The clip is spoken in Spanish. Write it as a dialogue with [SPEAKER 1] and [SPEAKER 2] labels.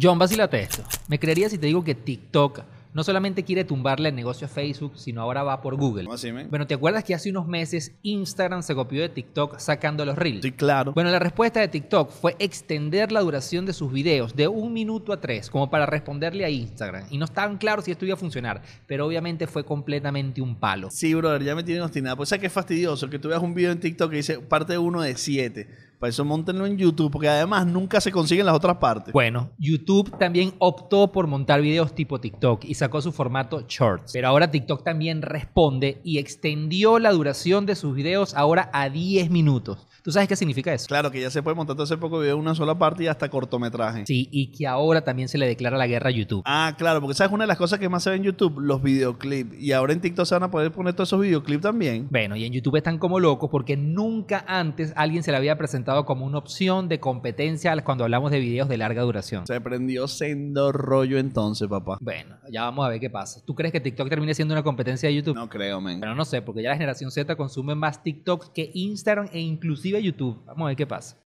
[SPEAKER 1] John, vacílate esto. Me creería si te digo que TikTok no solamente quiere tumbarle el negocio a Facebook, sino ahora va por Google.
[SPEAKER 2] ¿Cómo así, men?
[SPEAKER 1] Bueno, ¿te acuerdas que hace unos meses Instagram se copió de TikTok sacando los reels?
[SPEAKER 2] Sí, claro.
[SPEAKER 1] Bueno, la respuesta de TikTok fue extender la duración de sus videos de un minuto a tres, como para responderle a Instagram. Y no estaban claros si esto iba a funcionar, pero obviamente fue completamente un palo.
[SPEAKER 2] Sí, brother, ya me tienen obstinado. Pues, ¿sabes qué fastidioso? Que tú veas un video en TikTok que dice parte 1 de 7. Para eso montenlo en YouTube, porque además nunca se consiguen las otras partes.
[SPEAKER 1] Bueno, YouTube también optó por montar videos tipo TikTok y sacó su formato Shorts. Pero ahora TikTok también responde y extendió la duración de sus videos ahora a 10 minutos. ¿Tú sabes qué significa eso?
[SPEAKER 2] Claro que ya se puede montar todo ese poco video en una sola parte y hasta cortometraje.
[SPEAKER 1] Sí, y que ahora también se le declara la guerra a YouTube.
[SPEAKER 2] Ah, claro, porque sabes una de las cosas que más se ve en YouTube, los videoclips. Y ahora en TikTok se van a poder poner todos esos videoclips también.
[SPEAKER 1] Bueno, y en YouTube están como locos porque nunca antes alguien se le había presentado como una opción de competencia cuando hablamos de videos de larga duración.
[SPEAKER 2] Se prendió sendo rollo entonces, papá.
[SPEAKER 1] Bueno, ya vamos a ver qué pasa. ¿Tú crees que TikTok termine siendo una competencia de YouTube?
[SPEAKER 2] No creo, men.
[SPEAKER 1] Pero no sé, porque ya la generación Z consume más TikTok que Instagram e inclusive YouTube. Vamos a ver qué pasa.